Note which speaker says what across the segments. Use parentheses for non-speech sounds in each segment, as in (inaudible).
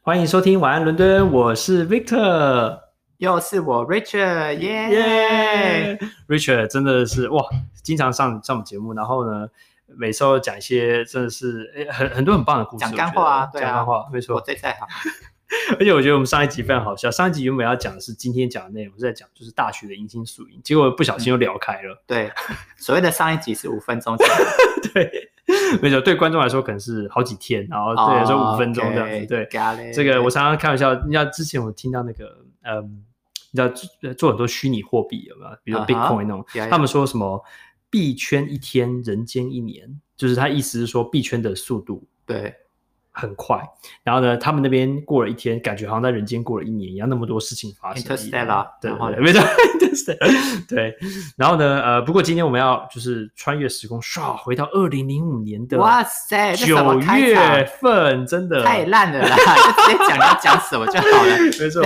Speaker 1: 欢迎收听《晚安伦敦》，我是 Victor，
Speaker 2: 又是我 Richard，耶、
Speaker 1: 耶、r i c h a r d 真的是哇，经常上上我们节目，然后呢，每次都讲一些真的是诶很很多很棒的故事，
Speaker 2: 讲
Speaker 1: 我觉得
Speaker 2: 干话啊对啊
Speaker 1: 讲干话，没
Speaker 2: 我
Speaker 1: 错。
Speaker 2: 最在行。
Speaker 1: 而且我觉得我们上一集非常好笑，上一集原本要讲的是今天讲的内容是在讲就是大学的迎新宿营，结果不小心又聊开了。
Speaker 2: 对， (laughs) 所谓的上一集是五分钟前，
Speaker 1: 对，没错，对观众来说可能是好几天，然后 (laughs) 对
Speaker 2: 哦
Speaker 1: 说五分钟这样子。对，
Speaker 2: 对
Speaker 1: 这个我常常开玩笑，你知道之前我听到那个，嗯，你知道做做很多虚拟货币有没有？比如说
Speaker 2: 啊哈
Speaker 1: Bitcoin 那种
Speaker 2: 呀呀
Speaker 1: 他们说什么币圈一天，人间一年，就是他意思是说币圈的速度
Speaker 2: 对
Speaker 1: 很快。然后呢，他们那边过了一天，感觉好像在人间过了一年一样，那么多事情发生。
Speaker 2: Interstellar，
Speaker 1: 对
Speaker 2: 然
Speaker 1: 对
Speaker 2: 后呢
Speaker 1: 对，没错 (laughs) ，Interstellar，对。然后呢，呃，不过今天我们要就是穿越时空，唰回到二零零五年的
Speaker 2: 哇塞，这什
Speaker 1: 九
Speaker 2: 么开
Speaker 1: 月
Speaker 2: 场？
Speaker 1: 份，真的
Speaker 2: 太烂了啦！ (laughs) 就直接讲要讲什么就 (laughs) 好
Speaker 1: (laughs)
Speaker 2: 了。
Speaker 1: 没错。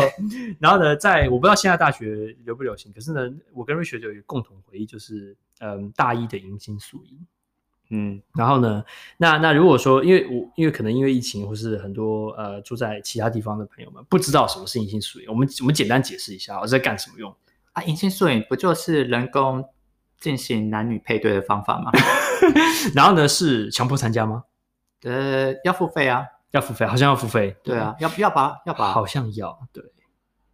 Speaker 1: 然后呢，在我不知道现在大学流不流行，可是呢，我跟瑞雪有一个共同回忆，就是嗯，大一的迎新宿营。
Speaker 2: 嗯，
Speaker 1: 然后呢，那那如果说，因为我因为可能因为疫情，或是很多呃住在其他地方的朋友们不知道什么是迎新宿营，我们我们简单解释一下，我在干什么
Speaker 2: (laughs)
Speaker 1: 用？
Speaker 2: 啊，银杏树影不就是人工进行男女配对的方法吗？ (laughs)
Speaker 1: 然后呢，是强迫参加吗？
Speaker 2: 呃，要付费啊，
Speaker 1: 要付费，好像要付费。
Speaker 2: 对啊，，要不要吧？要吧？
Speaker 1: 嗯好像要，对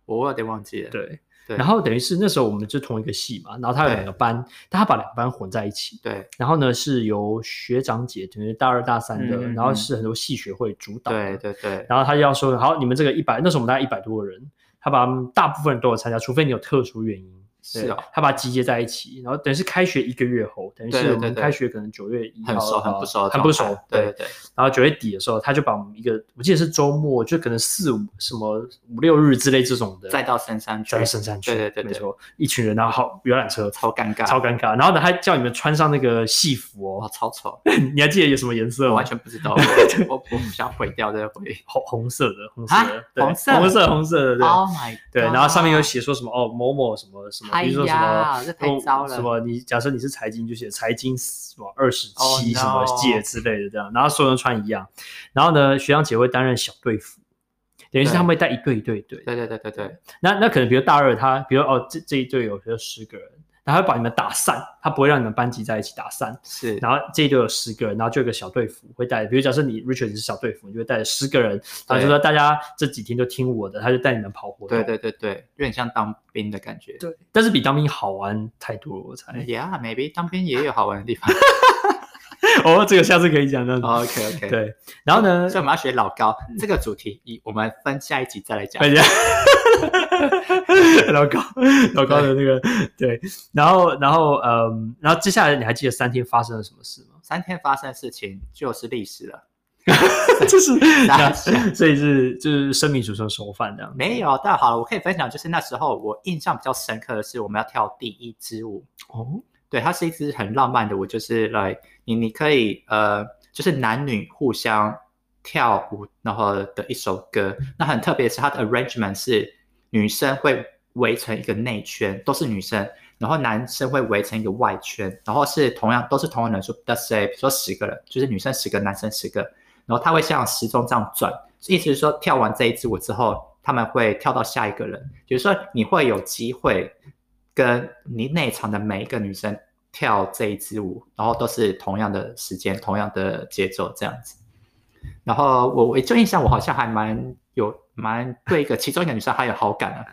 Speaker 2: 我有点忘记了。
Speaker 1: 对。
Speaker 2: 对
Speaker 1: 然后等于是那时候我们就同一个系嘛，然后他有两个班，但他把两个班混在一起，
Speaker 2: 对
Speaker 1: 然后呢，是由学长姐，等于大二大三的，
Speaker 2: 嗯嗯嗯
Speaker 1: 然后是很多系学会主导的
Speaker 2: 对对对，
Speaker 1: 然后他就要说，好，你们这个一百，那时候我们大概一百多个人，他把他们大部分人都有参加，除非你有特殊原因。对
Speaker 2: 是哦，
Speaker 1: 他把它集结在一起，然后等于是开学一个月后，等于
Speaker 2: 对
Speaker 1: 是
Speaker 2: 对
Speaker 1: 我们
Speaker 2: 对对
Speaker 1: 开学可能九月一号
Speaker 2: 很熟很不熟的状态，
Speaker 1: 很不熟，
Speaker 2: 对对。对，
Speaker 1: 然后九月底的时候，他就把我们一个，我记得是周末，就可能四五什么五六日之类这种的，
Speaker 2: 再到深山去
Speaker 1: 在，深山区，
Speaker 2: 对对对
Speaker 1: 没
Speaker 2: 对
Speaker 1: 错，一群人，然后好游览车，
Speaker 2: 超尴尬，
Speaker 1: 超尴尬。然后呢，他叫你们穿上那个戏服
Speaker 2: 哇，
Speaker 1: 哦，
Speaker 2: 超丑， (coughs)
Speaker 1: 你还记得有什么颜色
Speaker 2: 我
Speaker 1: 吗？
Speaker 2: 完全不
Speaker 1: (laughs)
Speaker 2: 知道，我我我不想毁掉这个回忆。
Speaker 1: 红红色的，红色的
Speaker 2: 啊，
Speaker 1: 对
Speaker 2: 红色
Speaker 1: 红色，红色的，对。啊
Speaker 2: Oh my，
Speaker 1: 对，然后上面有
Speaker 2: God，
Speaker 1: 写说什么哦，某某什么什么，
Speaker 2: 哎
Speaker 1: 比如说什么，
Speaker 2: 呀，这太糟了，
Speaker 1: 什么你假设你是财经，就写财经什么二十
Speaker 2: Oh
Speaker 1: 七
Speaker 2: no
Speaker 1: 什么届之类的这样，然后所有人穿一样，然后呢，学长姐会担任小队服，等于是
Speaker 2: 对
Speaker 1: 他们会带一队一队一队，
Speaker 2: 对对对对对，
Speaker 1: 那那可能比如大二他，比如哦这这一队有比如十个人，然后他会把你们打散，他不会让你们班级在一起打散，
Speaker 2: 是，
Speaker 1: 然后这一队有十个人，然后就有个小队服会带，比如假设你 Richard 是小队服，你就会带着十个人，然后就说大家这几天都听我的，他就带你们跑活动。
Speaker 2: 对对对对，有点像当兵的感觉。
Speaker 1: 对，但是比当兵好玩太多了，我猜。 (laughs)
Speaker 2: Yeah，maybe 当兵也有好玩的地方。
Speaker 1: 哦，这个下次可以讲的。
Speaker 2: OK OK，，
Speaker 1: 对，然后呢嗯
Speaker 2: 所以？我们要学老高这个主题，以我们分下一集再来讲
Speaker 1: 哎。呀， (laughs) 老高，老高的那个对，然后，然后，嗯，然后接下来你还记得三天发生了什么事吗？
Speaker 2: 三天发生的事情就是历史了，
Speaker 1: (laughs) 就是，
Speaker 2: 大
Speaker 1: 那
Speaker 2: 小
Speaker 1: 所以是就是生米煮成熟饭这样。
Speaker 2: 没有，但好了，我可以分享，就是那时候我印象比较深刻的是，我们要跳第一支舞，
Speaker 1: 哦，
Speaker 2: 对，它是一支很浪漫的舞，就是来你你可以呃，就是男女互相跳舞，然后的一首歌。那很特别是它的 arrangement 是女生会围成一个内圈，都是女生，然后男生会围成一个外圈，然后是同样都是同样人数的谁，比如说十个人，就是女生十个，男生十个，然后他会像时钟这样转，意思是说跳完这一支舞之后，他们会跳到下一个人，比如说你会有机会跟你内场的每一个女生跳这一支舞，然后都是同样的时间、同样的节奏这样子。然后我我就印象我好像还蛮有蛮对一个其中一个女生还有好感的、啊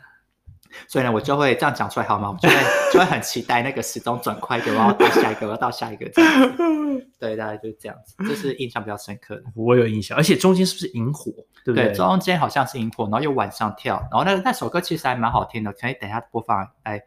Speaker 2: 所以呢，我就会这样讲出来好吗？我就会就会很期待那个时钟转快一点，我要到下一个，我要到下一个这样子。对，大概就是这样子，这是印象比较深刻的。
Speaker 1: 我有印象，而且中间是不是引火？对不
Speaker 2: 对，中间好像是萤火，然后又晚上跳，然后那那首歌其实还蛮好听的，可以等一下播放来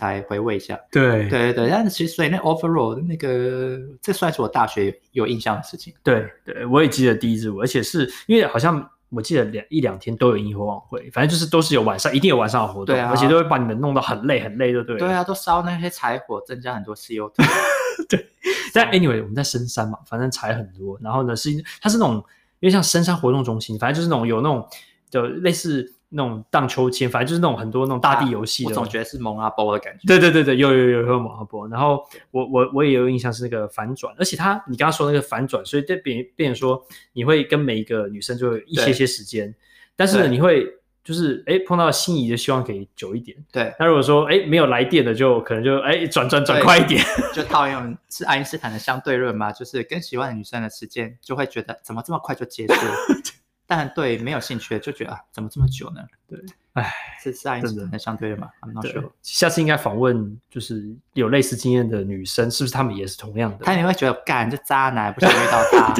Speaker 2: 来回味一下。
Speaker 1: 对
Speaker 2: 对对对，但是其实所以那 overall 那个这算是我大学有有印象的事情。
Speaker 1: 对对，我也记得第一支舞，而且是因为好像我记得两一两天都有萤火晚会，反正就是都是有晚上，一定有晚上的活动，
Speaker 2: 对啊
Speaker 1: 而且都会把你们弄到很累很累，对不对？
Speaker 2: 对。啊，都烧那些柴火，增加很多 CO2。
Speaker 1: 但 anyway，我们在深山嘛，反正柴很多，然后呢是它是那种因为像深山活动中心，反正就是那种有那种就类似那种荡秋千，反正就是那种很多那种大地游戏
Speaker 2: 我
Speaker 1: 的。
Speaker 2: 总觉得是蒙阿波的感觉。
Speaker 1: 对对对对，有有有有有马哈波，然后我我我也有印象是那个反转，而且他你刚刚说那个反转，所以对变变成说你会跟每一个女生就有一些
Speaker 2: 对
Speaker 1: 些时间，但是呢，
Speaker 2: 对
Speaker 1: 你会就是哎碰到心仪的，希望可以久一点。
Speaker 2: 对，
Speaker 1: 那如果说哎没有来电的就，可能就哎转转转
Speaker 2: 对
Speaker 1: 快一点。
Speaker 2: 就套用是爱因斯坦的相对论嘛，就是跟喜欢的女生的时间，就会觉得怎么这么快
Speaker 1: (laughs)
Speaker 2: 就结束，但对没有兴趣的就觉得啊，怎么这么久呢？
Speaker 1: 对，唉
Speaker 2: 哎，这是爱因斯坦的相对论嘛？I'm not
Speaker 1: 对
Speaker 2: sure。
Speaker 1: 下次应该访问就是有类似经验的女生，是不是她们也是同样的？
Speaker 2: 他你会觉得，干这渣男不想遇到
Speaker 1: (laughs)
Speaker 2: 他，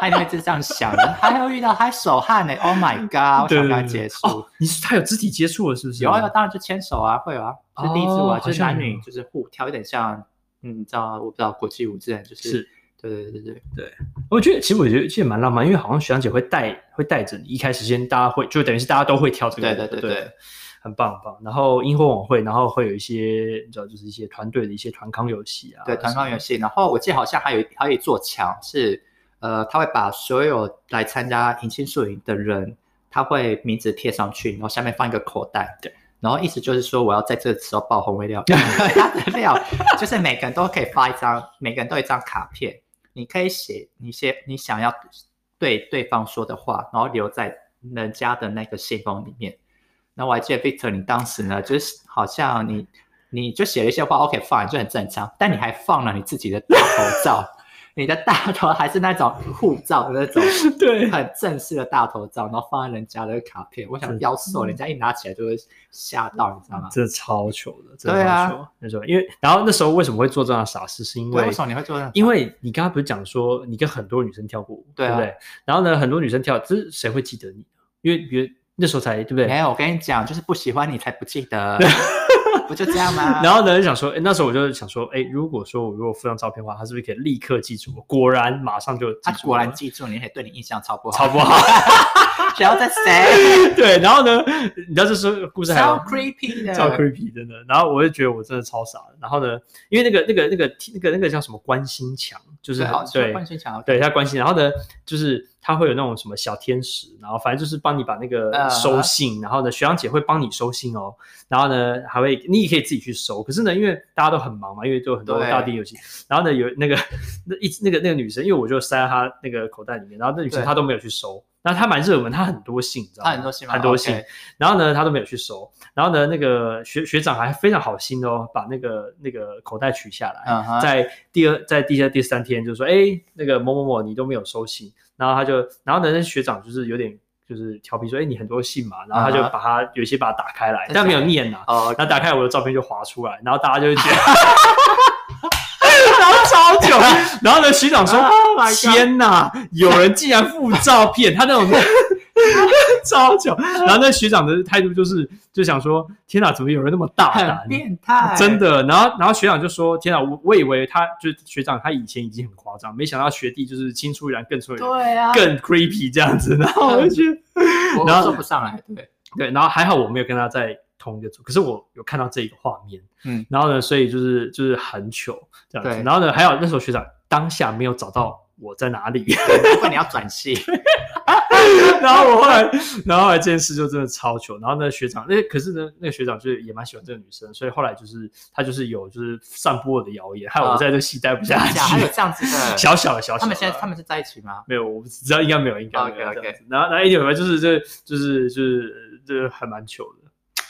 Speaker 2: 他一定会是这样想的，还要遇到还手汗呢、o h my god，我
Speaker 1: 对对
Speaker 2: 想跟他
Speaker 1: 对
Speaker 2: 结束。
Speaker 1: 哦，你是她有肢体接触了，是不是？
Speaker 2: 有啊，有当然就牵手啊，会有啊，是第一次
Speaker 1: 哦
Speaker 2: 啊，就是
Speaker 1: 好像
Speaker 2: 男女
Speaker 1: 有
Speaker 2: 就是互挑，有点像，嗯，你知道我不知道国际舞之前就是，
Speaker 1: 是
Speaker 2: 对对对对，
Speaker 1: 我觉得其实我觉得其实蛮浪漫，因为好像学长姐会带会带着你，一开始先大家会就等于是大家都会跳这个舞，
Speaker 2: 对对对对
Speaker 1: 很棒很棒。然后萤火晚会，然后会有一些你知道就是一些团队的一些团康游戏啊，
Speaker 2: 对团康游
Speaker 1: 戏，
Speaker 2: 戏。然后我记得好像还有还有一座墙是，呃，他会把所有来参加迎新宿营的人，他会名字贴上去，然后下面放一个口袋。
Speaker 1: 对。
Speaker 2: 然后意思就是说，我要在这时候爆红微料，他的料就是每个人都可以发一张，每个人都有一张卡片，你可以写你写你想要对对方说的话，然后留在人家的那个信封里面。那我还记得 Victor，你当时呢，就是好像你你就写了一些话，OK fine，就很正常，但你还放了你自己的大头照， (laughs) 你的大头还是那种护照的那种
Speaker 1: (laughs) 对
Speaker 2: 很正式的大头照，然后放在人家的卡片，我想
Speaker 1: 是
Speaker 2: 妖兽，人家一拿起来就会吓到，你知道吗？
Speaker 1: 这超糗的，真的
Speaker 2: 对啊
Speaker 1: 超糗。那时候因为然后那时候为什么会做这样的傻事，是因
Speaker 2: 对
Speaker 1: 为
Speaker 2: 为什么你会做那种？
Speaker 1: 因为你刚刚不是讲说你跟很多女生跳过舞，
Speaker 2: 对啊
Speaker 1: 不对？然后呢，很多女生跳，这是谁会记得你？因为因为那时候才对不对？
Speaker 2: 没有，我跟你讲，就是不喜欢你才不记
Speaker 1: (laughs)
Speaker 2: 得，不就这样吗？
Speaker 1: 然后呢，就想说，哎，那时候我就想说，哎，如果说我如果附上照片的话，他是不是可以立刻记住我？果然，马上就
Speaker 2: 他
Speaker 1: 记住
Speaker 2: 果然
Speaker 1: 我
Speaker 2: 记住你，而且对你印象超不好，
Speaker 1: 超不
Speaker 2: (laughs)
Speaker 1: 好。 (laughs)
Speaker 2: 想要在谁
Speaker 1: 对，然后呢，你知道这是故事还
Speaker 2: 超
Speaker 1: 有
Speaker 2: creepy 的，
Speaker 1: 超 creepy 真的。然后我就觉得我真的超傻的。然后呢，因为那个那个那个那个那个叫什么关心墙，就是
Speaker 2: 对，好
Speaker 1: 很，对
Speaker 2: 冠。军强，
Speaker 1: 对他关心，然后呢，就是他会有那种什么小天使，然后反正就是帮你把那个
Speaker 2: 嗯
Speaker 1: 收信，然后呢，学长姐会帮你收信哦，然后呢，还会你也可以自己去收，可是呢，因为大家都很忙嘛，因为就很多
Speaker 2: 对
Speaker 1: 大地游戏，然后呢，有那个那一那个那个女生，因为我就塞在她那个口袋里面，然后那女生
Speaker 2: 对
Speaker 1: 她都没有去收，然后她蛮热门，她很多信，你知道吗？
Speaker 2: 他很多信吗？
Speaker 1: 很多
Speaker 2: OK
Speaker 1: 信，然后呢，她都没有去收，然后呢，那个学学长还非常好心哦，把那个那个口袋取下来，
Speaker 2: 嗯哼，
Speaker 1: 在第二在第二第三天就说，哎、那个某某某你都没有收信，然后他就，然后呢，那学长就是有点就是调皮说，哎、你很多信嘛，然后他就
Speaker 2: 啊哈
Speaker 1: 把它、有一些把它打开来，
Speaker 2: 真
Speaker 1: 但没有
Speaker 2: 假的
Speaker 1: 念呐、
Speaker 2: 哦，
Speaker 1: 然后打开我的照片就滑出来，然后大家就会觉得。 (laughs) 然后超久， (laughs) 啊然后呢？学长说
Speaker 2: Oh my：“ god
Speaker 1: 天哪，有人竟然附照片，他那 (laughs) 种超久。”然后那学长的态度就是，就想说：“天哪，怎么有人那么大胆？啊
Speaker 2: 很变态，
Speaker 1: 真。的。然后，然后学长就说：“天啊，我我以为他就是学长，他以前已经很夸张，没想到学弟就是青出于蓝更出于蓝
Speaker 2: 对啊，嗯
Speaker 1: 更 creepy 这样子。”然后我就觉得，(laughs)
Speaker 2: 我
Speaker 1: 然后
Speaker 2: 说不上来，对，
Speaker 1: 对，然后还好我没有跟他在同一个组，可是我有看到这个画面，
Speaker 2: 嗯，
Speaker 1: 然后呢，所以就是就是很糗这样子。
Speaker 2: 对
Speaker 1: 然后呢，还有那时候学长当下没有找到我在哪里，
Speaker 2: 如果你要转
Speaker 1: (laughs)
Speaker 2: 系，
Speaker 1: 然后我后来，然后后来这件事就真的超糗。然后那个学长，那可是呢，那个学长就是也蛮喜欢这个女生，所以后来就是他就是有就是散播我的谣言，害我在这戏待不下去。
Speaker 2: 啊 (laughs) 还有这样子的，
Speaker 1: (laughs) 小小的小小的，
Speaker 2: 他们现在他们是在一起吗？
Speaker 1: 没有，我不知道应该没有，应该没有
Speaker 2: OK，OK
Speaker 1: 这样子然后然后一点反正就是这就是就是这还蛮糗的。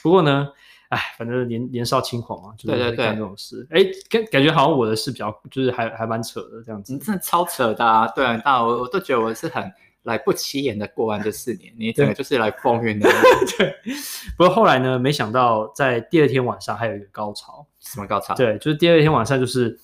Speaker 1: 不过呢，哎，反正年年少轻狂嘛，就是
Speaker 2: 对对
Speaker 1: 会干
Speaker 2: 对
Speaker 1: 这种事。哎，感感觉好像我的事比较就是还还蛮扯的这样子
Speaker 2: 你。真的超扯的啊！对啊，但我我都觉得我是很来不起眼的过完这四年，你整个就是来
Speaker 1: (laughs)
Speaker 2: 风云的
Speaker 1: 对，不过后来呢，没想到在第二天晚上还有一个高潮。
Speaker 2: 什么高潮？
Speaker 1: 对，就是第二天晚上就是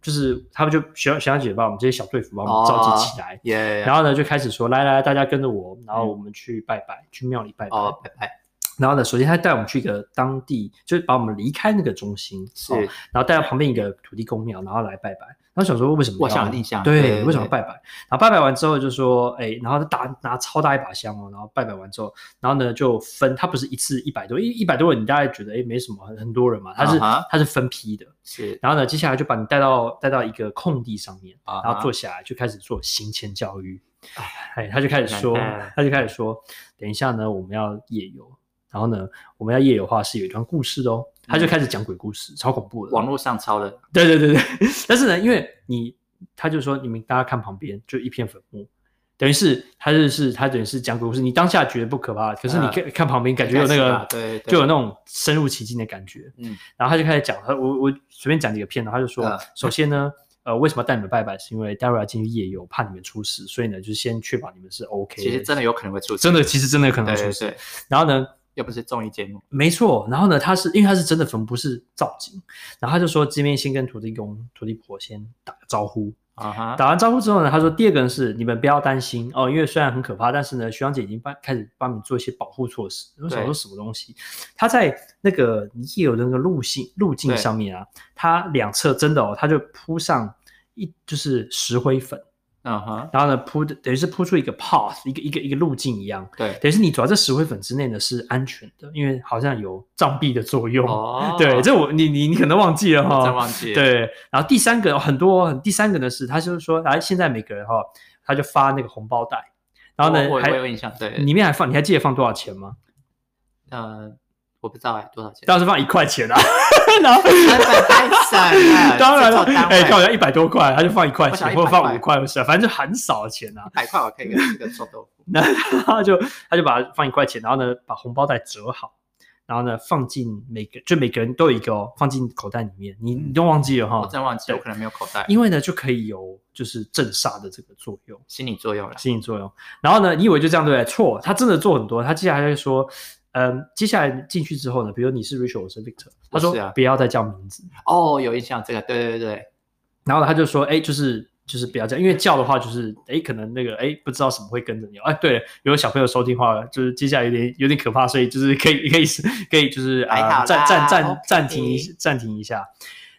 Speaker 1: 就是他们就学长学长姐把我们这些小队服把我们
Speaker 2: 哦
Speaker 1: 召集起来，
Speaker 2: 耶，
Speaker 1: 然后呢就开始说来来，大家跟着我，然后我们去拜拜，去庙里拜拜。
Speaker 2: 嗯哦，拜拜，
Speaker 1: 然后呢，首先他带我们去一个当地，就是把我们离开那个中心，
Speaker 2: 是
Speaker 1: 哦然后带到旁边一个土地公庙，然后来拜拜。然后想说为什么要？
Speaker 2: 我好像有印象
Speaker 1: 对，
Speaker 2: 对对
Speaker 1: 为什么要拜拜？然后拜拜完之后就说，哎，然后他打拿超大一把香哦，然后拜拜完之后，然后呢就分，他不是一次一百多，一一百多人你大概觉得哎没什么，很很多人嘛，他是、
Speaker 2: 啊哈
Speaker 1: 他是分批的。
Speaker 2: 是
Speaker 1: 然后呢，接下来就把你带到带到一个空地上面，
Speaker 2: 啊哈
Speaker 1: 然后坐下来就开始做行前教育。哎，他就开始说
Speaker 2: 难怪，
Speaker 1: 他就开始说，等一下呢，我们要夜游，然后呢，我们要夜游的话是有一段故事的哦。他
Speaker 2: 嗯
Speaker 1: 就开始讲鬼故事，超恐怖的。
Speaker 2: 网络上抄的，
Speaker 1: 对 (laughs) 对对对，但是呢，因为你他就说你们大家看旁边就一片坟墓，等于是它就是它等于是讲鬼故事，你当下觉得不可怕，可是你
Speaker 2: 嗯
Speaker 1: 看、看旁边感觉有那
Speaker 2: 应该是
Speaker 1: 个
Speaker 2: 吧对对
Speaker 1: 就有那种深入其境的感觉。
Speaker 2: 嗯
Speaker 1: 然后他就开始讲，他我我随便讲几个片段，他就说，
Speaker 2: 嗯
Speaker 1: 首先呢，呃，为什么带你们拜拜，是因为待会儿要进去夜游，怕你们出事，所以呢，就是先确保你们是 OK 的。
Speaker 2: 其实真的有可能会出事，
Speaker 1: 真的，其实真的可能
Speaker 2: 对
Speaker 1: 会出
Speaker 2: 对
Speaker 1: 事。
Speaker 2: 对，
Speaker 1: 然后呢，
Speaker 2: 又不是综艺节目，
Speaker 1: 没错，然后呢，他是因为他是真的坟，不是造景，然后他就说这边先跟土地公、土地婆先打个招呼，
Speaker 2: 啊哈，
Speaker 1: 打完招呼之后呢，他说第二个人是你们不要担心哦，因为虽然很可怕，但是呢，徐阳姐已经帮开始帮你们做一些保护措施。我想说什么东西？他在那个夜游的那个路径路径
Speaker 2: 对
Speaker 1: 上面啊，他两侧真的哦，他就铺上一就是石灰粉，
Speaker 2: 嗯哼，
Speaker 1: 然后呢铺的等于是铺出一个 path，一个一个一个路径一样。
Speaker 2: 对，
Speaker 1: 等于是你走在这石灰粉之内呢是安全的，因为好像有障壁的作用。
Speaker 2: 哦，
Speaker 1: 对，这我你你你可能忘记了哈、
Speaker 2: 我真忘记了，
Speaker 1: 对，然后第三个很多，第三个呢是，他就是说，哎，现在每个人哈、他就发那个红包袋，然后呢
Speaker 2: 哦我我我有
Speaker 1: 还
Speaker 2: 印象，对，
Speaker 1: 里面还放，你还记得放多少钱吗？
Speaker 2: 呃，我不知道哎，多少钱？
Speaker 1: 当时放一块钱
Speaker 2: (laughs)
Speaker 1: 啊，然后
Speaker 2: 成本太省
Speaker 1: (laughs)
Speaker 2: 了，
Speaker 1: 当然
Speaker 2: 制
Speaker 1: 了
Speaker 2: 作单，
Speaker 1: 哎，
Speaker 2: 位
Speaker 1: 看好像一百多块，他就放一块
Speaker 2: 我想
Speaker 1: 钱，或者放
Speaker 2: 100
Speaker 1: 五块，是反正就很少的钱啊。 (laughs)
Speaker 2: 一百块我可以给这个臭豆腐，
Speaker 1: 那他就他就把它放一块钱，然后呢把红包袋折好，然后呢放进每个就每个人都有一个哦，放进口袋里面，你你都忘记了
Speaker 2: 我
Speaker 1: 哈，
Speaker 2: 真忘记，
Speaker 1: 对
Speaker 2: 我可能没有口袋，
Speaker 1: 因为呢就可以有就是镇煞的这个作用。
Speaker 2: 心理作用了，
Speaker 1: 心理作用。然后呢，你以为就这样对不对？错，他真的做很多。他接下来就说，嗯，接下来进去之后呢，比如你是 Rachel，我是 Victor，他说、
Speaker 2: 是啊
Speaker 1: 不要再叫名字。
Speaker 2: 哦，有印象这个，对对对
Speaker 1: 然后呢，他就说，哎，就是就是不要叫，因为叫的话就是，哎，可能那个哎不知道什么会跟着你。哎，对了，有小朋友收听话了，就是接下来有点有点可怕，所以就是可以可以 (laughs) 可以就是
Speaker 2: 还好
Speaker 1: 啊、
Speaker 2: 啦
Speaker 1: 暂暂暂
Speaker 2: OK
Speaker 1: 暂停一暂停一下。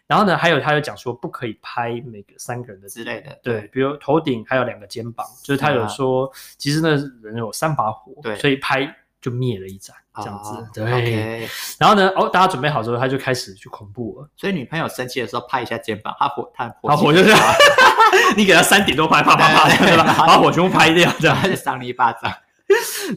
Speaker 1: 然后呢，还有他就讲说不可以拍每个三个人的
Speaker 2: 之类的，
Speaker 1: 对，比如头顶还有两个肩膀，就是他有
Speaker 2: 啊
Speaker 1: 说，其实那人有三把火，
Speaker 2: 对
Speaker 1: 所以拍就灭了一盏
Speaker 2: 哦
Speaker 1: 这样子。对
Speaker 2: OK
Speaker 1: 然后呢，哦，大家准备好之后，他就开始去恐怖了。
Speaker 2: 所以女朋友生气的时候拍一下肩膀，她火，她火，
Speaker 1: 然啊后火就是，
Speaker 2: (laughs)
Speaker 1: 你给他三点多拍，啪啪啪，
Speaker 2: 对
Speaker 1: 对吧？
Speaker 2: 然后
Speaker 1: 把火全部拍掉这样
Speaker 2: 她。就赏你一巴
Speaker 1: (laughs)
Speaker 2: 掌。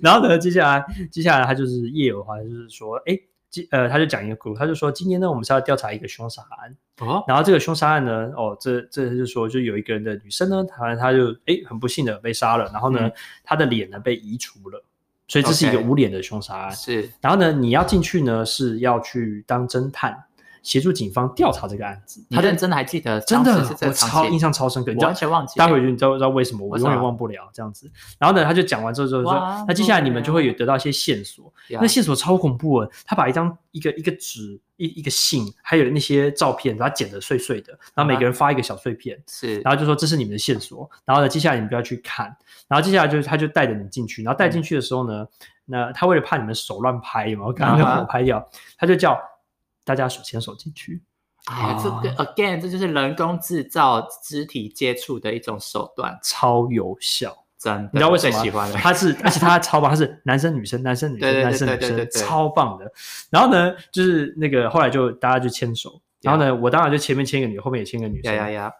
Speaker 1: 然后呢，接下来接下来他就是夜游的话，就是说，哎。今呃，他就讲一个故事，他就说今天呢，我们是要调查一个凶杀案，
Speaker 2: 哦，
Speaker 1: 然后这个凶杀案呢，哦，这这就是说，就有一个人的女生呢，反正她就哎很不幸的被杀了，然后呢，
Speaker 2: 嗯
Speaker 1: 她的脸呢被移除了，所以这是一个
Speaker 2: OK
Speaker 1: 无脸的凶杀案。
Speaker 2: 是
Speaker 1: 然后呢，你要进去呢是要去当侦探，协助警方调查这个案子。
Speaker 2: 你
Speaker 1: 他
Speaker 2: 认真的还记得
Speaker 1: 真
Speaker 2: 当时
Speaker 1: 的
Speaker 2: 是，这
Speaker 1: 我
Speaker 2: 个
Speaker 1: 超
Speaker 2: 场景
Speaker 1: 印，象超深刻，你
Speaker 2: 我
Speaker 1: 知道
Speaker 2: 完全忘记了。
Speaker 1: 待会儿就你知道知道为什么我
Speaker 2: 为什
Speaker 1: 永
Speaker 2: 么
Speaker 1: 远忘不了这样子。然后呢，他就讲完之后就说
Speaker 2: 哇，
Speaker 1: 那接下来你们就会有得到一些线索，那
Speaker 2: 些
Speaker 1: 线索超恐怖的，他把一张一个一个纸一一个信，还有那些照片，把它剪得碎碎的，然后每个人发一个小碎片，
Speaker 2: 是
Speaker 1: 然后就说这是你们的线索，然后呢，接下来你们不要去看，然后接下来就是他就带着你进去，然后带进去的时候呢，那他为了怕你们手乱拍，有没有？刚刚
Speaker 2: 啊
Speaker 1: 那
Speaker 2: 哈
Speaker 1: 火拍掉，他就叫大家手牵手进去，
Speaker 2: 哎，这
Speaker 1: 啊
Speaker 2: 个 again，这就是人工制造肢体接触的一种手段，
Speaker 1: 超有效。
Speaker 2: 真的，
Speaker 1: 你知道为什么
Speaker 2: 我
Speaker 1: 吗
Speaker 2: 最喜欢了？
Speaker 1: 他是，而且他超棒，他是男生女生，男生女
Speaker 2: 对
Speaker 1: 生，
Speaker 2: 对对
Speaker 1: 男生女
Speaker 2: 对对
Speaker 1: 生
Speaker 2: 对，对
Speaker 1: 超棒的。然后呢，就是那个后来就大家就牵手，然后呢，我当然就前面牵一个女，后面也牵一个女
Speaker 2: (laughs) 呀
Speaker 1: 生。
Speaker 2: 呀呀！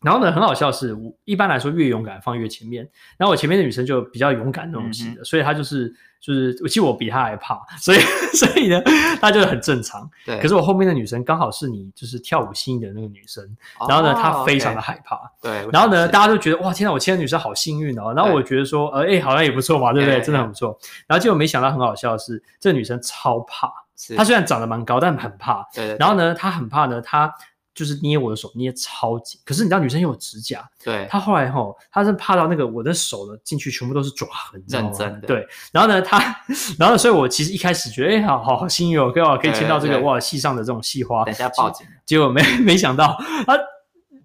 Speaker 1: 然后呢，很好笑的是，我一般来说越勇敢放越前面，然后我前面的女生就比较勇敢那种型的，
Speaker 2: 嗯
Speaker 1: 所以她就是就是，我记得我比她还怕，所以 (laughs) 所以呢，她就很正常。
Speaker 2: 对，
Speaker 1: 可是我后面的女生刚好是你就是跳舞吸引的那个女生，然后呢，她非常的
Speaker 2: 好。
Speaker 1: 害怕。
Speaker 2: 哦对，
Speaker 1: 然后呢，
Speaker 2: 当
Speaker 1: 大家就觉得哇，天哪，我牵的女生好幸运哦。然后
Speaker 2: 对
Speaker 1: 我觉得说，呃，哎，好像也不错嘛，对不对？
Speaker 2: 对
Speaker 1: 真的很不错。然后结果没想到很好笑的是，这女生超怕，
Speaker 2: 是
Speaker 1: 她虽然长得蛮高，但很怕。
Speaker 2: 对对，
Speaker 1: 然后呢，她很怕呢，她就是捏我的手捏超紧。可是你知道女生又有指甲，
Speaker 2: 对
Speaker 1: 她后来吼，她是怕到那个我的手呢进去全部都是抓痕，你知道吗
Speaker 2: 认真的
Speaker 1: 对。然后呢，她， (laughs) 然后呢所以我其实一开始觉得，哎，好好好幸运哦，可以哦可以牵到这个
Speaker 2: 对对
Speaker 1: 哇戏上的这种戏花。
Speaker 2: 等一下报警，
Speaker 1: 结果没 (laughs) 没想到他。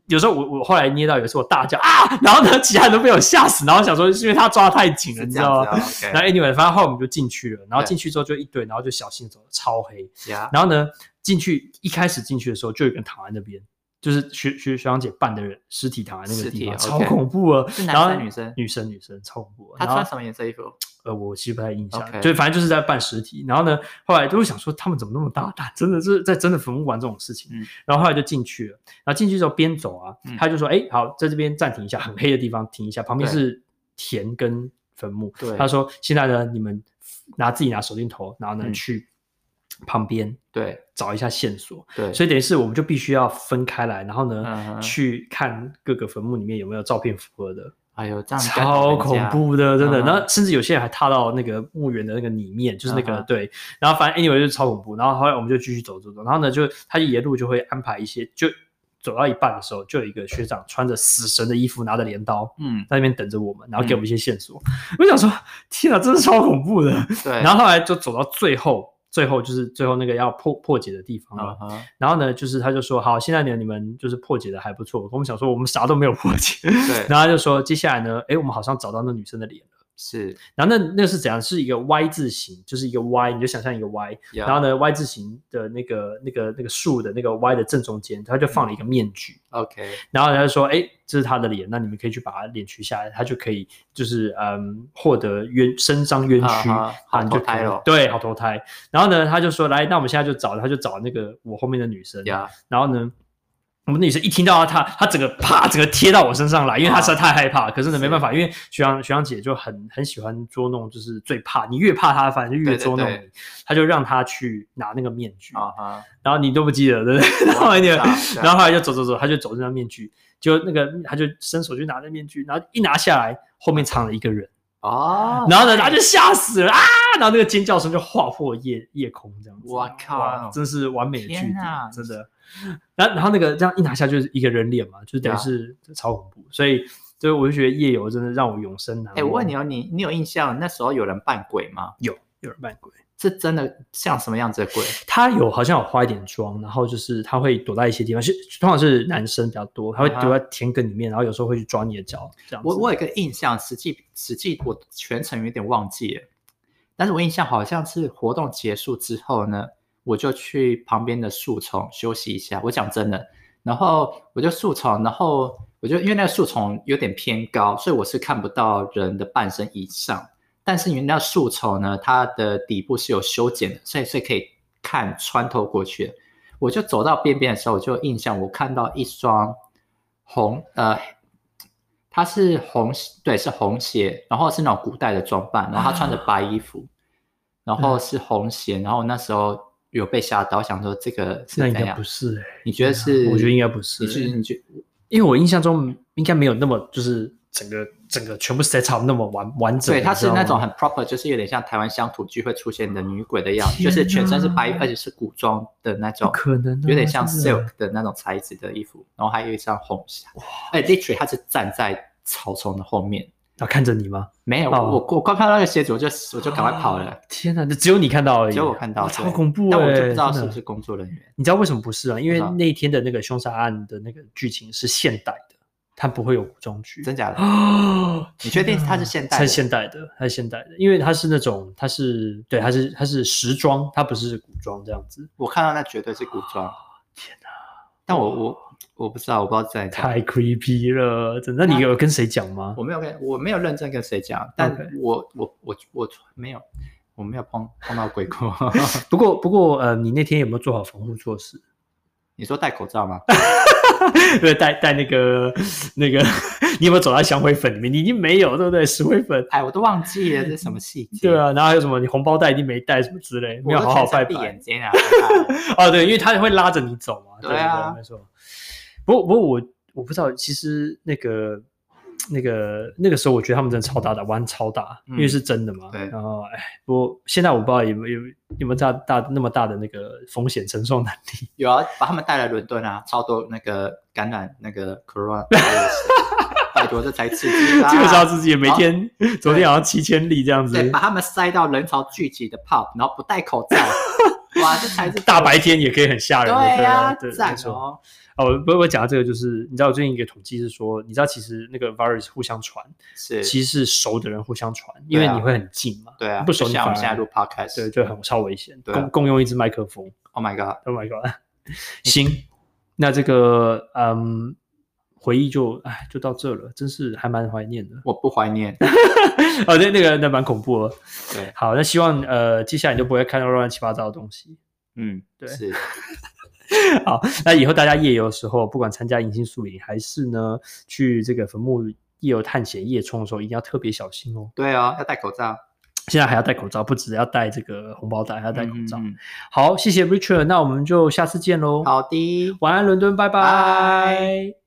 Speaker 1: 有时候我我后来捏到，有时候我大叫啊，然后呢，其他人都被我吓死，然后想说是因为他抓得太紧了，
Speaker 2: 是
Speaker 1: 你
Speaker 2: 这
Speaker 1: 知道
Speaker 2: 样子
Speaker 1: 吗？
Speaker 2: 啊
Speaker 1: 然
Speaker 2: ，OK，
Speaker 1: 后 anyway，反正后来我们就进去了，然后
Speaker 2: 对
Speaker 1: 进去之后就一堆，然后就小心走，超黑。
Speaker 2: 呀，
Speaker 1: 然后呢，进去一开始进去的时候，就有一个人躺在那边，就是学学学长姐扮的人尸体躺在那个
Speaker 2: 尸
Speaker 1: 地
Speaker 2: 体
Speaker 1: 方，
Speaker 2: ，OK
Speaker 1: 超恐怖啊！
Speaker 2: 是男
Speaker 1: 然后
Speaker 2: 生女生
Speaker 1: 女生女生超恐怖啊。
Speaker 2: 她
Speaker 1: 然后
Speaker 2: 穿什么颜色衣服？
Speaker 1: 呃，我其实不太印象
Speaker 2: OK
Speaker 1: 就反正就是在办实体。然后呢，后来就会想说他们怎么那么大胆，真的是在真的坟墓玩这种事情。
Speaker 2: 嗯
Speaker 1: 然后后来就进去了，然后进去之后边走啊，
Speaker 2: 嗯
Speaker 1: 他就说：“哎、好，在这边暂停一下，很黑的地方停一下，旁边
Speaker 2: 对
Speaker 1: 是田跟坟墓。”
Speaker 2: 对
Speaker 1: 他说：“现在呢，你们拿自己拿手电筒，然后呢、
Speaker 2: 嗯
Speaker 1: 去旁边
Speaker 2: 对
Speaker 1: 找一下线索。”
Speaker 2: 对，
Speaker 1: 所以等于是我们就必须要分开来，然后呢、
Speaker 2: 嗯哼
Speaker 1: 去看各个坟墓里面有没有照片符合的。
Speaker 2: 哎呦，这样干扰
Speaker 1: 超
Speaker 2: 人
Speaker 1: 恐
Speaker 2: 家
Speaker 1: 怖的，真的。
Speaker 2: 嗯
Speaker 1: 然后甚至有些人还踏到那个墓园的那个里面，就是那个、
Speaker 2: 嗯
Speaker 1: 对。然后反正 anyway 就是超恐怖。然后后来我们就继续走走走，然后呢，就他沿路就会安排一些，就走到一半的时候，就有一个学长穿着死神的衣服，拿着镰刀
Speaker 2: 嗯，
Speaker 1: 在那边等着我们，然后给我们一些线索。我想说，天啊，真是超恐怖的。
Speaker 2: (laughs) 对，
Speaker 1: 然后后来就走到最后，最后就是最后那个要破破解的地方了。
Speaker 2: 嗯哼
Speaker 1: 然后呢，就是他就说，好，现在呢你们就是破解的还不错。我们想说，我们啥都没有破解。
Speaker 2: 对，
Speaker 1: 然后他就说，接下来呢，诶，我们好像找到那女生的脸了。
Speaker 2: 是，
Speaker 1: 然后那那是怎样？是一个 Y 字形，就是一个 Y，你就想象一个 Y。然后
Speaker 2: 呢
Speaker 1: 呢，Y 字形的那个那个那个树的那个 Y 的正中间，他就放了一个面具。
Speaker 2: ，OK，
Speaker 1: 然后他就说，诶，这是他的脸，那你们可以去把他脸取下来，他就可以就是嗯获得冤伸张冤屈，
Speaker 2: 啊
Speaker 1: 啊
Speaker 2: 哈
Speaker 1: 你就
Speaker 2: 好投胎
Speaker 1: 可以
Speaker 2: 咯
Speaker 1: 对，好投胎。然后呢，他就说，来，那我们现在就找，他就找那个我后面的女生。
Speaker 2: 呀，
Speaker 1: 然后呢，我们女生一听到她，她整个啪，整个贴到我身上来，因为她实在太害怕了。可是呢，
Speaker 2: 啊是
Speaker 1: 没办法，因为学长学长姐就很很喜欢捉弄，就是最怕你越怕她，反正就越
Speaker 2: 对对
Speaker 1: 捉弄你。
Speaker 2: 对
Speaker 1: 她就让她去拿那个面具，
Speaker 2: 啊哈，
Speaker 1: 然后你都不记得，对不 (laughs) 对？然后
Speaker 2: 我
Speaker 1: 你
Speaker 2: 知道对
Speaker 1: 然后后来就走走走，她就走进那面具，就那个她就伸手去拿那面具，然后一拿下来，后面藏了一个人，
Speaker 2: 哦，
Speaker 1: 然后呢，她就吓死了啊！然后那个尖叫声就划破夜夜空，这样子。
Speaker 2: 我靠
Speaker 1: 哇真是完美的句
Speaker 2: 天
Speaker 1: 点
Speaker 2: 啊哪，
Speaker 1: 真的。然后然后那个这样一拿下就是一个人脸嘛，就等于
Speaker 2: 对啊
Speaker 1: 是超恐怖，所以所以我就觉得夜游真的让我永生难忘。
Speaker 2: 哎，我问你哦，你你有印象那时候有人扮鬼吗？
Speaker 1: 有有人扮鬼？
Speaker 2: 是真的像什么样子的鬼？
Speaker 1: 他有好像有化一点妆，然后就是他会躲在一些地方，是通常是男生比较多，他会
Speaker 2: 啊哈
Speaker 1: 躲在田埂里面，然后有时候会去抓你的脚这样子。
Speaker 2: 我我有一个印象，实际实际我全程有点忘记了，但是我印象好像是活动结束之后呢，我就去旁边的树丛休息一下。我讲真的，然后我就树丛，然后我就因为那个树丛有点偏高，所以我是看不到人的半身以上。但是因为那树丛呢，它的底部是有修剪的，所以所以可以看穿透过去的。我就走到边边的时候，我就有印象我看到一双红呃，它是红对是红鞋，然后是那种古代的装扮，然后他穿着白衣服，然
Speaker 1: 嗯
Speaker 2: 后是红鞋，然后那时候有被吓到，想说这个是
Speaker 1: 那应
Speaker 2: 怎
Speaker 1: 该
Speaker 2: 样
Speaker 1: 不？是哎、
Speaker 2: 你觉得是？
Speaker 1: 我觉得应该不是
Speaker 2: 你是你觉
Speaker 1: 因为我印象中应该没有那么就是整个整个全部 set up 那么完完整。
Speaker 2: 对，它
Speaker 1: 你知
Speaker 2: 是
Speaker 1: 道吗
Speaker 2: 那种很 proper，就是有点像台湾乡土剧会出现的女鬼的样子，
Speaker 1: 天
Speaker 2: 就是全身是
Speaker 1: 哪
Speaker 2: 白，而且是古装的那
Speaker 1: 不
Speaker 2: 种，
Speaker 1: 可能啊、
Speaker 2: 有点像
Speaker 1: 真的
Speaker 2: silk 的那种材质的衣服，然后还有一张红纱。哎，literally，它是站在草丛的后面，
Speaker 1: 他看着你吗？
Speaker 2: 没有，
Speaker 1: 哦
Speaker 2: 我我光看到那个鞋子，我就我就赶快跑了。
Speaker 1: 天哪，这只有你看到而已，
Speaker 2: 结果我看到
Speaker 1: 哇
Speaker 2: 对
Speaker 1: 超恐怖、欸，
Speaker 2: 但我就不知道
Speaker 1: 真
Speaker 2: 是
Speaker 1: 的
Speaker 2: 不是。工作人员。
Speaker 1: 你知道为什么不是啊？因为
Speaker 2: 不知道
Speaker 1: 那一天的那个凶杀案的那个剧情是现代的，它不会有古装剧。
Speaker 2: 真假的？
Speaker 1: 啊！
Speaker 2: 你确定它是现
Speaker 1: (gasps)
Speaker 2: 代
Speaker 1: 它
Speaker 2: 的
Speaker 1: 是现代的，它是现代的，因为它是那种，它是对，它是它是时装，它不是古装这样子，
Speaker 2: 我看到那绝对是古装。
Speaker 1: 天
Speaker 2: 哪！但我我我不知道，我不知道在哪
Speaker 1: 太 creepy 了，真的。那你有跟谁讲吗？
Speaker 2: 我没有跟我没有认真跟谁讲，但
Speaker 1: OK
Speaker 2: 我我我我没有我没有碰碰到鬼过。
Speaker 1: 不过不过呃，你那天有没有做好防护措施？
Speaker 2: (laughs) 你说戴口罩吗？
Speaker 1: (laughs) 对，带带那个那个，你有没有走到香灰粉里面？你已经没有，对不对？石灰粉。
Speaker 2: 哎，我都忘记了这是什么细节。
Speaker 1: 对，啊，然后还有什么？你红包袋一定没带，什么之类，没
Speaker 2: 我
Speaker 1: 有
Speaker 2: 都
Speaker 1: 好好
Speaker 2: 全
Speaker 1: 拜
Speaker 2: 程闭
Speaker 1: 拜
Speaker 2: 眼。睛啊！
Speaker 1: 哦，对，因为他会拉着你走嘛。对
Speaker 2: 对啊
Speaker 1: 没错。不过不过我我不知道，其实那个那个那个时候，我觉得他们真的超大的，玩超大，因为
Speaker 2: 嗯
Speaker 1: 是真的嘛。
Speaker 2: 对
Speaker 1: 然后哎，不过现在我不知道有没有有没有大大那么大的那个风险承受能力。
Speaker 2: 有啊，把他们带来伦敦啊，超多那个感染那个
Speaker 1: (laughs)
Speaker 2: coronavirus，拜托这才刺激啦！
Speaker 1: 这个时候自己也每天， (laughs) 昨天好像七千例这样子
Speaker 2: 啊对，，把他们塞到人潮聚集的 pub，然后不戴口
Speaker 1: (laughs)
Speaker 2: 罩，哇，这才是
Speaker 1: 大白天也可以很吓人的。啊
Speaker 2: 对呀，
Speaker 1: 对，没
Speaker 2: 赞
Speaker 1: 错。
Speaker 2: 哦！
Speaker 1: 哦，不，我讲到这个就是，你知道最近一个统计是说，你知道其实那个 virus 互相传，
Speaker 2: 是，
Speaker 1: 其实是熟的人互相传，因为
Speaker 2: 对啊
Speaker 1: 你会很近嘛，
Speaker 2: 对啊，
Speaker 1: 不熟
Speaker 2: 就
Speaker 1: 你
Speaker 2: 像我
Speaker 1: 反
Speaker 2: 们现在
Speaker 1: 而
Speaker 2: 录 podcast，
Speaker 1: 对，就很超危险，
Speaker 2: 对啊
Speaker 1: 共共用一支麦克风
Speaker 2: Oh my god，
Speaker 1: ，Oh my
Speaker 2: (laughs)
Speaker 1: god！行，那这个嗯，回忆就哎就到这了，真是还蛮怀念的。
Speaker 2: (laughs) 我不怀念。
Speaker 1: 哦，那那个那蛮恐怖的。
Speaker 2: 对，
Speaker 1: 好，那希望呃接下来你就不会看到乱七八糟的东西。
Speaker 2: 嗯，
Speaker 1: 对
Speaker 2: 是，
Speaker 1: 好，那以后大家夜游的时候，不管参加迎新宿营还是呢去这个坟墓夜游探险、夜冲的时候，一定要特别小心哦。
Speaker 2: 对哦，要戴口罩，
Speaker 1: 现在还要戴口罩，不只要戴这个红包袋，还要戴口罩。
Speaker 2: 嗯嗯
Speaker 1: 好，谢谢 Richard，那我们就下次见喽
Speaker 2: 嗯。好的，
Speaker 1: 晚安，伦敦，拜拜。
Speaker 2: 拜